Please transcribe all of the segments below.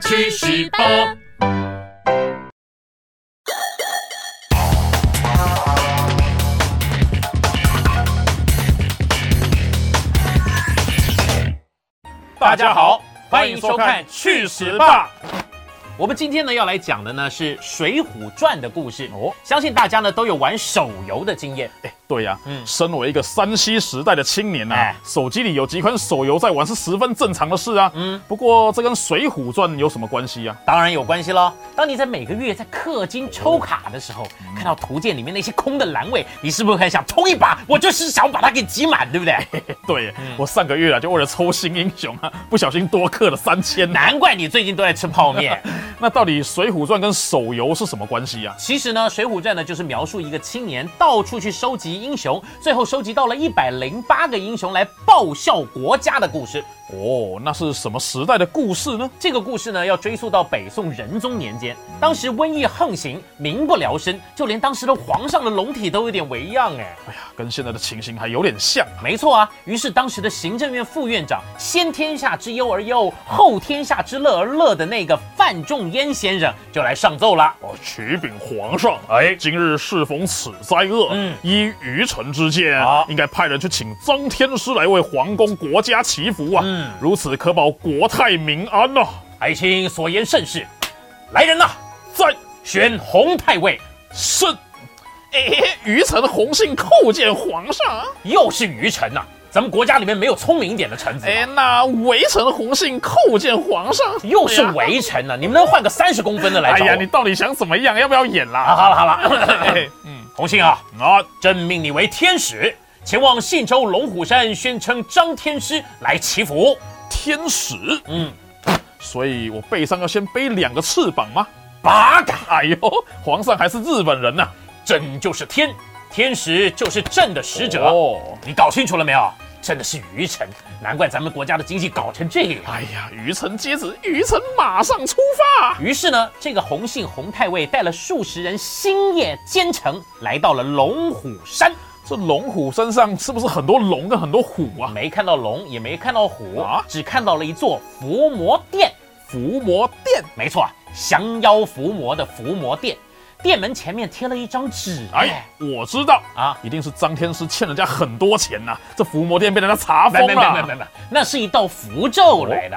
去洗吧。大家好，欢迎收看《去死吧》。我们今天呢要来讲的呢是《水浒传》的故事哦哦，相信大家呢都有玩手游的经验。对呀、嗯身为一个山西时代的青年呐、啊哎手机里有几款手游在玩是十分正常的事啊。嗯，不过这跟《水浒传》有什么关系啊？当然有关系喽。当你在每个月在氪金抽卡的时候，看到图鉴里面那些空的栏位，你是不是很想冲一把？我就是想把它给挤满，对不对？ 对耶，嗯我上个月啊就为了抽新英雄啊， 不小心多氪了三千、呐。难怪你最近都在吃泡面。 那到底《水浒传》跟手游是什么关系啊？其实呢，《水浒传》呢就是描述一个青年到处去收集英雄，最后收集到了一百零八个英雄来报效国家的故事。哦，那是什么时代的故事啊呢？这个故事呢，要追溯到北宋仁宗年间，当时瘟疫横行，民不聊生，就连当时的皇上的龙体都有点为样哎。哎呀，跟现在的情形还有点像啊。没错啊，于是当时的行政院副院长，先天下之忧而忧，后天下之乐而乐的那个范仲淹先生就来上奏了。哦，启禀皇上，哎，今日适逢此灾厄，嗯依愚臣之见，好应该派人去请张天师来为皇宫国家祈福啊，嗯如此可保国泰民安呐、爱卿所言甚是，来人呐，在选洪太尉，是，哎，愚臣红杏叩见皇上，啊又是愚臣呐、咱们国家里面没有聪明一点的臣子吗哎，那微臣红杏叩见皇上，又是哎呀微臣呐、你们能换个三十公分的来哎找我？呀，你到底想怎么样？要不要演啊，啦？好了好了， 哎嗯红杏啊，啊，朕命你为天使，前往信州龙虎山宣称张天师来祈福。天使，嗯，所以我背上要先背两个翅膀吗？八嘎。哎呦，皇上还是日本人呐、朕就是天，天使就是朕的使者。哦你搞清楚了没有？真的是愚臣，难怪咱们国家的经济搞成这样。哎呀，愚臣接旨，愚臣马上出发。于是呢，这个洪信洪太尉带了数十人星夜兼程，来到了龙虎山。这龙虎身上是不是很多龙跟很多虎啊？没看到龙，也没看到虎，啊只看到了一座伏魔殿。伏魔殿，没错，降妖伏魔的伏魔殿，殿门前面贴了一张纸。哎，我知道啊啊，一定是张天师欠人家很多钱呐、这伏魔殿被人家查没封没没没没了。没，哦那是一道符咒来的。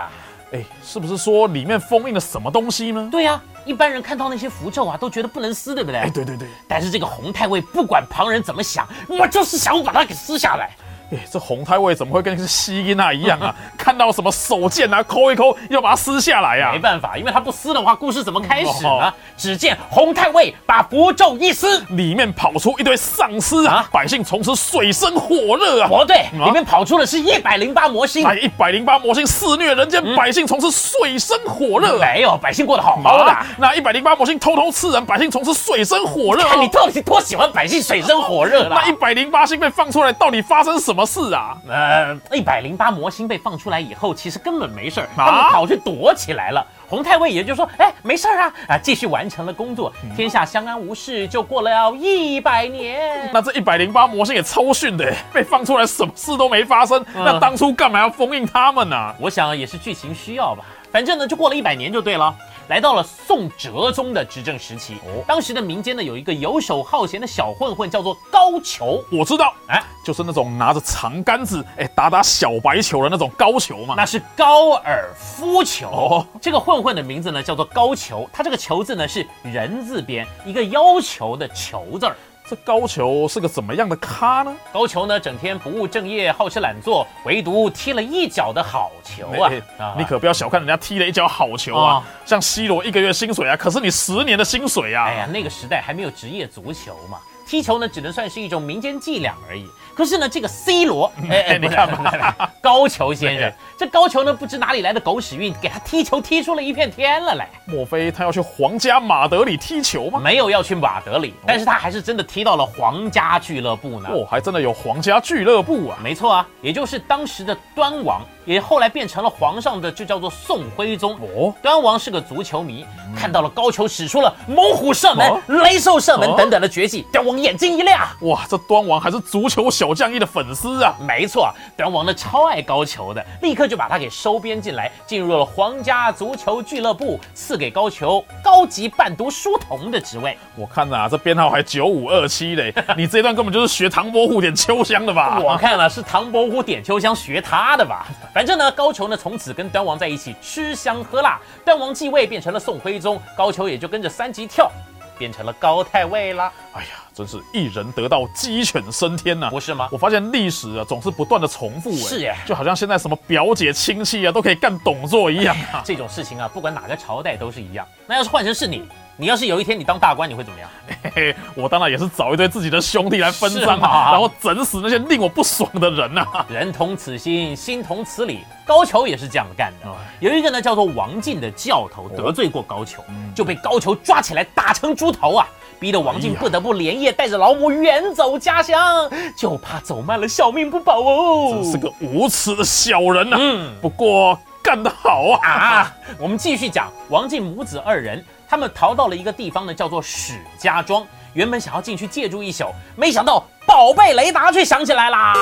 哎，是不是说里面封印了什么东西呢？对呀、一般人看到那些符咒啊，都觉得不能撕，对不对？哎，对对对，但是这个洪太尉不管旁人怎么想，我就是想把它给撕下来。哎，这红太尉怎么会跟西音娜一样啊？ 看到什么手剑啊，抠一抠，要把它撕下来哎啊呀、没办法，因为他不撕的话，故事怎么开始嗯呢哦？只见洪太尉把符咒一撕，里面跑出一堆丧尸啊啊，百姓从此水深火热啊。不对，啊里面跑出的是一百零八魔星。哎，一百零八魔星肆虐人间，嗯百姓从此水深火热啊！没有，百姓过得好好的。那一百零八魔星偷偷吃人，百姓从此水深火热看你哦。到底多喜欢百姓水深火热啦那！一百零八星被放出来，到底发生什么事啊？呃，一百零八魔星被放出来以后，其实根本没事儿，啊他们跑去躲起来了。洪太尉也就说，哎，没事儿啊，啊，继续完成了工作，嗯天下相安无事，就过了一百年。那这一百零八魔星也超逊的，被放出来什么事都没发生，嗯那当初干嘛要封印他们呢、啊我想也是剧情需要吧，反正呢，就过了一百年就对了。来到了宋哲宗的执政时期，当时的民间呢有一个游手好闲的小混混，叫做高俅。我知道，哎，就是那种拿着长杆子，哎，打打小白球的那种高球嘛。那是高尔夫球。哦这个混混的名字呢叫做高俅，他这个俅字呢是人字边一个要求的求字儿。这高球是个怎么样的咖呢？高俅呢整天不务正业，好吃懒做，唯独踢了一脚的好球啊！啊哎你可不要小看人家踢了一脚好球啊！哦像 C 罗一个月薪水啊，可是你十年的薪水啊！哎呀，那个时代还没有职业足球嘛，踢球呢只能算是一种民间伎俩而已。可是呢，这个 C 罗，哎 哎，你不是看不是不是 高俅先生对，这高俅呢不知哪里来的狗屎运，给他踢球踢出了一片天了来。莫非他要去皇家马德里踢球吗？没有要去马德里，但是他还是真的踢到了皇家俱乐部呢。哦哦，还真的有皇家俱乐部啊！没错啊，也就是当时的端王，也后来变成了皇上的，就叫做宋徽宗。哦，端王是个足球迷，看到了高俅使出了猛虎射门哦、雷兽射门哦等等的绝技，端王眼睛一亮。哇，这端王还是足球小将一的粉丝啊！没错，端王呢超爱爱高俅的，立刻就把他给收编进来，进入了皇家足球俱乐部，赐给高俅高级伴读书童的职位。我看呐、这编号还九五二 七嘞，你这段根本就是学唐伯虎点秋香的吧？我看了是唐伯虎点秋香学他的吧。反正呢，高俅呢从此跟端王在一起吃香喝辣，端王继位变成了宋徽宗，高俅也就跟着三级跳，变成了高太尉啦，哎呀，真是一人得道鸡犬升天呐、不是吗？我发现历史啊总是不断的重复、哎是耶就好像现在什么表姐亲戚啊都可以干董座一 样啊。这种事情啊，不管哪个朝代都是一样。那要是换成是你，你要是有一天你当大官，你会怎么样？嘿嘿，我当然也是找一堆自己的兄弟来分赃是吗啊，然后整死那些令我不爽的人呐、啊。人同此心，心同此理。高俅也是这样干的。有一个呢叫做王进的教头得罪过高俅，嗯就被高俅抓起来打成猪头啊，逼得王进哎呀不得不连夜带着老母远走家乡，就怕走慢了小命不保哦。真是个无耻的小人呐、嗯不过干得好啊！啊！我们继续讲王进母子二人，他们逃到了一个地方呢，叫做史家庄。原本想要进去借住一宿，没想到宝贝雷达却响起来啦。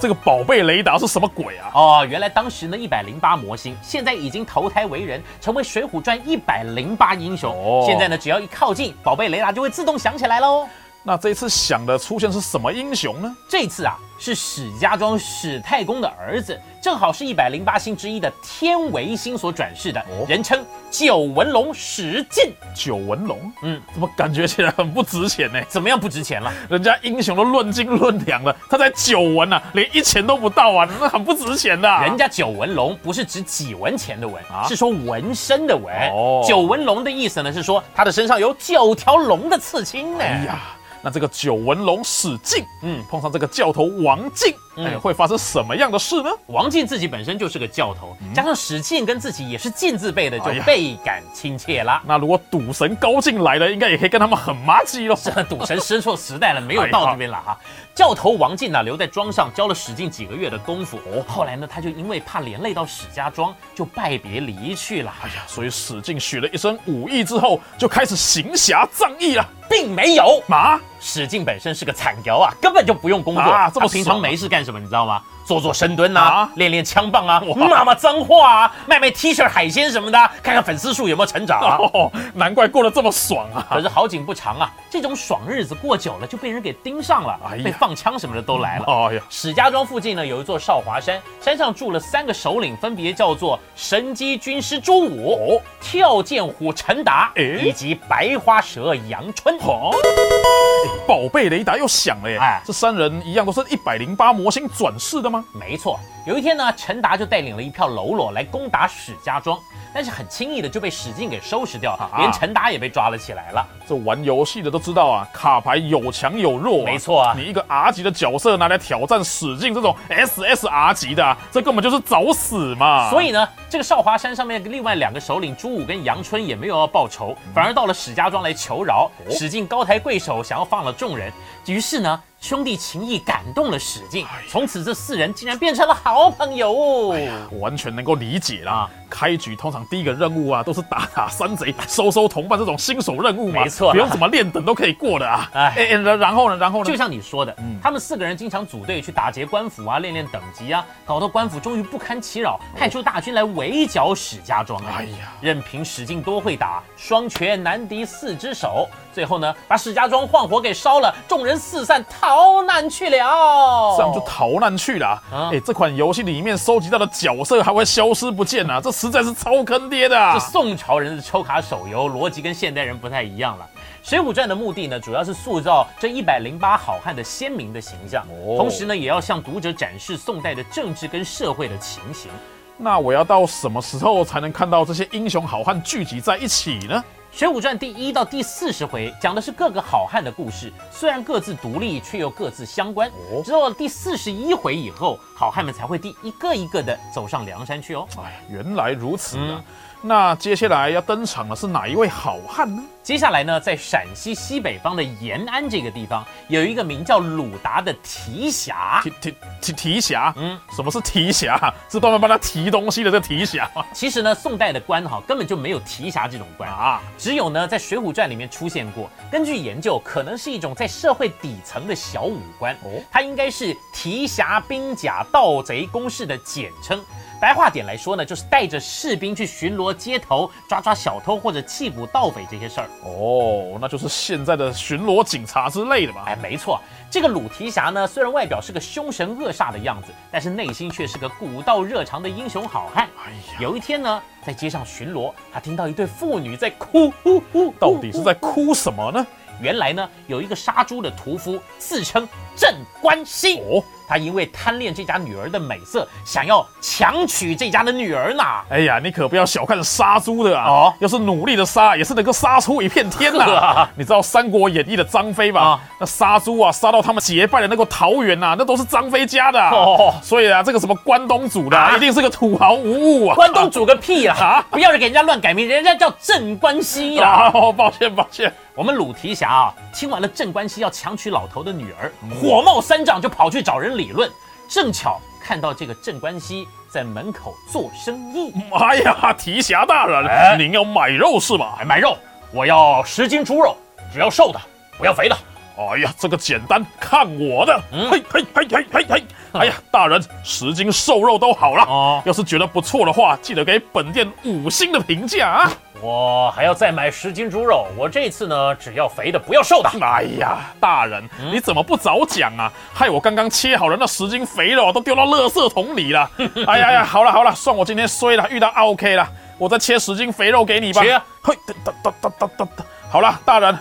这个宝贝雷达是什么鬼啊？哦，原来当时呢，一百零八魔星现在已经投胎为人，成为《水浒传》一百零八英雄。哦现在呢，只要一靠近，宝贝雷达就会自动响起来喽。那这一次想的出现是什么英雄呢？这次啊，是史家庄史太公的儿子，正好是一百零八星之一的天维星所转世的，哦人称九纹龙史进。九纹龙？嗯嗯，怎么感觉起来很不值钱呢？怎么样不值钱了？人家英雄都论斤论两了，他才九纹啊，连一钱都不到啊，那很不值钱的啊、人家九纹龙不是指几文钱的文，啊是说纹身的纹。哦九纹龙的意思呢，是说他的身上有九条龙的刺青呢。哎呀，那这个九纹龙史进，嗯嗯，碰上这个教头王进，嗯哎，会发生什么样的事呢？王进自己本身就是个教头，加上史进跟自己也是进字辈的，就嗯哎呀倍感亲切啦。那如果赌神高进来了，应该也可以跟他们很麻吉喽。这赌神失措时代了，哎没有到这边了哈、教头王进呢、留在庄上教了史进几个月的功夫。后来呢，他就因为怕连累到史家庄，就拜别离去了，哎呀，所以史进学了一身武艺之后，就开始行侠仗义了。并没有。嘛，史进本身是个惨条啊，根本就不用工作。啊这么他平常爽啊没事干什么，你知道吗？做做深蹲呐、啊练练枪棒啊，骂骂脏话啊，卖卖 T 恤、海鲜什么的啊，看看粉丝数有没有成 长啊。哦，难怪过得这么爽啊！可是好景不长啊，这种爽日子过久了就被人给盯上了，哎呀被放枪什么的都来了。哎呀，史家庄附近呢有一座少华山，山上住了三个首领，分别叫做神机军师朱哦武、跳涧虎陈达诶以及白花蛇杨春。哎哦，哎宝贝雷达又响了耶！哎这三人一样都是一百零八魔星转世的吗？没错，有一天呢，陈达就带领了一票喽啰来攻打史家庄，但是很轻易的就被史进给收拾掉，啊连陈达也被抓了起来了。这玩游戏的都知道啊，卡牌有强有弱、没错啊你一个 R 级的角色拿来挑战史进这种 SSR 级的、啊，这根本就是找死嘛！所以呢，这个少华山上面另外两个首领朱武跟杨春也没有要报仇，反而到了史家庄来求饶，哦史进高抬贵手，想要放了众人。于是呢，兄弟情谊感动了史进，从此这四人竟然变成了好朋友哦。我完全能够理解啦。啊开局通常第一个任务啊，都是打打山贼、收收同伴这种新手任务嘛，没错啊不用怎么练等都可以过的啊。哎哎，哎然然后呢，然后呢就？像你说的，嗯他们四个人经常组队去打劫官府啊，练练等级啊，搞到官府终于不堪其扰，派出大军来围剿史家庄啊。哦哎呀任凭史进多会打，双拳难敌四只手，最后呢，把史家庄放火给烧了，众人四散逃难去了。这样就逃难去了、啊。哎、啊这款游戏里面收集到的角色还会消失不见啊，这实在是超坑爹的、啊这。宋朝人的抽卡手游逻辑跟现代人不太一样了。《水浒传》的目的呢，主要是塑造这一百零八好汉的鲜明的形象，哦同时呢，也要向读者展示宋代的政治跟社会的情形。那我要到什么时候才能看到这些英雄好汉聚集在一起呢？ 《水浒传》第一到第四十回讲的是各个好汉的故事，虽然各自独立，却又各自相关。哦直到第四十一回以后，好汉们才会第一个一个的走上梁山去哦。嗯哎，原来如此啊！那接下来要登场的是哪一位好汉呢？接下来呢，在陕西西北方的延安这个地方，有一个名叫鲁达的提辖。提提提提辖，嗯嗯，什么是提辖？是专门帮他提东西的这 提辖吗其实呢，宋代的官哈根本就没有提辖这种官啊，啊？只有呢在《水浒传》里面出现过。根据研究，可能是一种在社会底层的小武官，哦它应该是提辖兵甲盗贼公事的简称。白话点来说呢，就是带着士兵去巡逻街头，抓抓小偷或者缉捕盗匪这些事儿。哦，那就是现在的巡逻警察之类的吧？哎，没错，这个鲁提辖呢，虽然外表是个凶神恶煞的样子，但是内心却是个古道热肠的英雄好汉。哎呀，有一天呢，在街上巡逻，他听到一对妇女在哭，呼呼到底是在哭什么呢？原来呢，有一个杀猪的屠夫自称镇关西，哦，他因为贪恋这家女儿的美色，想要强娶这家的女儿呢。哎呀，你可不要小看杀猪的啊！哦要是努力的杀，也是能够杀出一片天呐、呵 啊你知道《三国演义》的张飞吧？啊那杀猪啊，杀到他们结拜的那个桃园呐、那都是张飞家的啊、哦所以啊，这个什么关东煮的、啊，啊一定是个土豪无误啊！关东煮个屁啦啊！不要给人家乱改名，人家叫镇关西啦。啊， 哦，抱歉抱歉，我们鲁提辖啊，听完了镇关西要强娶老头的女儿，火冒三丈就跑去找人理论，正巧看到这个镇关西在门口做生意，哎呀，提辖大人，哎您要买肉是吧哎，？买肉，我要十斤猪肉，只要瘦的，不要肥的。哎呀，这个简单，看我的！嗯嘿嘿嘿嘿嘿嘿！哎呀，大人，十斤瘦肉都好了。哦要是觉得不错的话，记得给本店五星的评价啊！我还要再买十斤猪肉，我这次呢，只要肥的，不要瘦的。 哎呀，大人，你怎么不早讲啊？害我刚刚切好的那十斤肥肉都丢到垃圾桶里 了。哎呀呀，好了好了，算我今天衰了，遇到 OK 了，我再切十斤肥肉给你吧。切啊嘿，哒哒哒哒哒哒。好了，大人，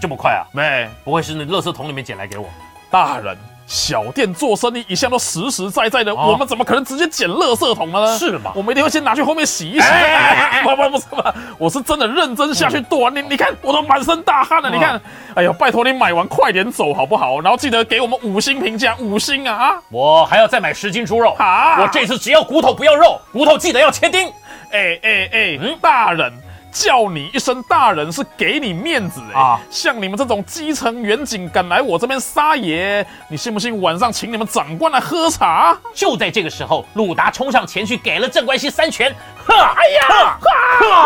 这么快啊？没。不会是那垃圾桶里面捡来给我？大人，小店做生意一向都实实在在的，哦我们怎么可能直接捡垃圾桶呢？是吗我们一定会先拿去后面洗一洗。哎哎哎哎不不不是吧， 我是真的认真下去剁完，你你看我都满身大汗了，嗯你看，哎呦，拜托你买完快点走好不好？然后记得给我们五星评价，五星啊我还要再买十斤猪肉啊！啊！我这次只要骨头，不要肉，骨头记得要切丁。哎哎哎嗯，大人。叫你一声大人是给你面子哎、啊像你们这种基层远景敢来我这边撒野，你信不信晚上请你们长官来喝茶？就在这个时候，鲁达冲上前去给了镇关西三拳，哈！哎呀，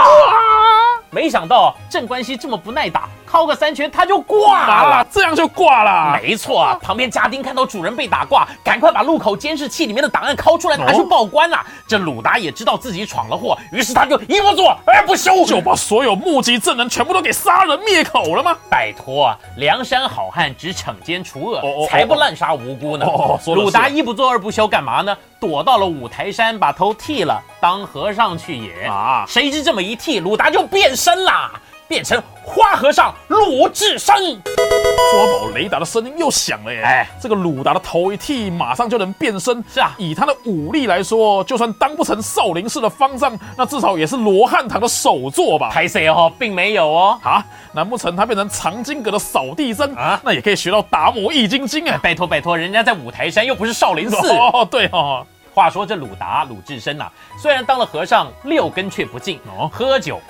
啊没想到镇关西这么不耐打，敲个三拳他就挂了。啊，这样就挂了。没错啊，旁边家丁看到主人被打挂，赶快把路口监视器里面的档案拷出来，拿去报官呐、这鲁达也知道自己闯了祸，于是他就一不做二不休，就把所有目击证人全部都给杀人灭口了吗？拜托啊，梁山好汉只惩奸除恶，哦哦才不滥杀无辜呢。哦哦说得是鲁达一不做二不休，干嘛呢？躲到了五台山，把头剃了，当和尚去也。啊谁知这么一剃，鲁达就变身啦，变成花和尚鲁智深。抓宝雷达的声音又响了耶！哎哎，这个鲁达的头一剃，马上就能变身。是啊以他的武力来说，就算当不成少林寺的方丈，那至少也是罗汉堂的首座吧？拍谁哦，并没有哦。啊，难不成他变成藏经阁的扫地僧啊啊？那也可以学到达摩易筋经啊！哎拜托拜托，人家在五台山又不是少林寺。哦，对哦，话说这鲁达鲁智深呐、虽然当了和尚，六根却不净，哦喝酒、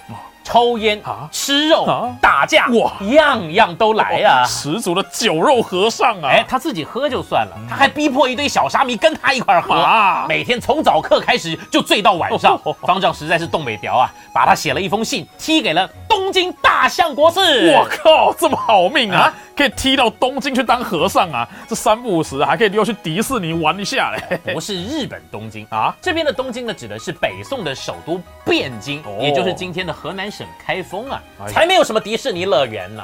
抽烟、啊吃肉、啊打架，哇样样都来啊呀、哦十足的酒肉和尚啊！哎，他自己喝就算了，他还逼迫一堆小沙弥跟他一块儿喝，啊每天从早课开始就醉到晚 上。哦方丈实在是东北屌啊，把他写了一封信，踢给了东京大相国 寺。我靠，这么好命啊啊！可以踢到东京去当和尚啊！这三不五时还可以溜去迪士尼玩一下 嘞。不是日本东京啊，啊，这边的东京呢，指的是北宋的首都汴京，哦也就是今天的河南省开封啊，哎呀才没有什么迪士尼乐园呢。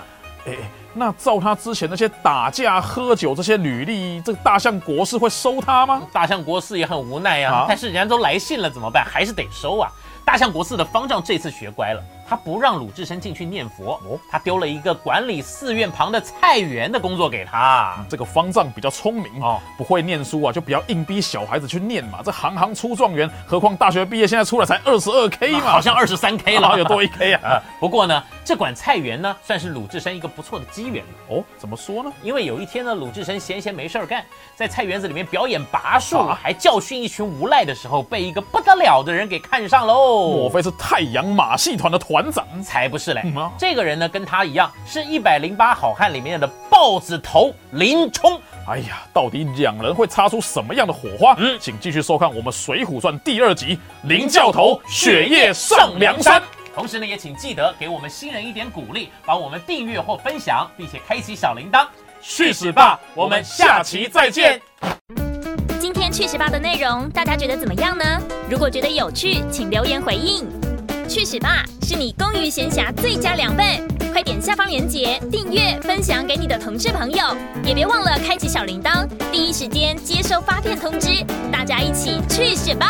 哎，那照他之前那些打架、喝酒这些履历，这个大象国师会收他吗？大相国寺也很无奈呀、啊但是人家都来信了，怎么办？还是得收啊。大相国寺的方丈这次学乖了，他不让鲁智深进去念佛哦，他丢了一个管理寺院旁的菜园的工作给他。这个方丈比较聪明哦哦，不会念书啊，就不要硬逼小孩子去念嘛。这行行出状元，何况大学毕业现在出来才二十二 K 嘛，好 像二十三 K 了，有多一 K 啊。 呃，不过呢，这管菜园呢，算是鲁智深一个不错的机缘了哦，怎么说呢？因为有一天呢，鲁智深闲闲没事儿干，在菜园子里面表演拔树，啊还教训一群无赖的时候，被一个不得了的人给看上莫喽。非是太阳马戏团的团长？才不是嘞嗯啊！这个人呢，跟他一样，是一百零八好汉里面的豹子头林冲。哎呀，到底两人会擦出什么样的火花？嗯请继续收看我们《水浒传》第二集《林教头雪夜上梁山》。。同时呢，也请记得给我们新人一点鼓励，帮我们订阅或分享，并且开启小铃铛。去死吧！我们下期再见。今天去十八的内容大家觉得怎么样呢？如果觉得有趣，请留言回应。去十八是你公余闲暇最佳良伴，快点下方链接订阅、分享给你的同事朋友，也别忘了开启小铃铛，第一时间接收发片通知。大家一起去十八！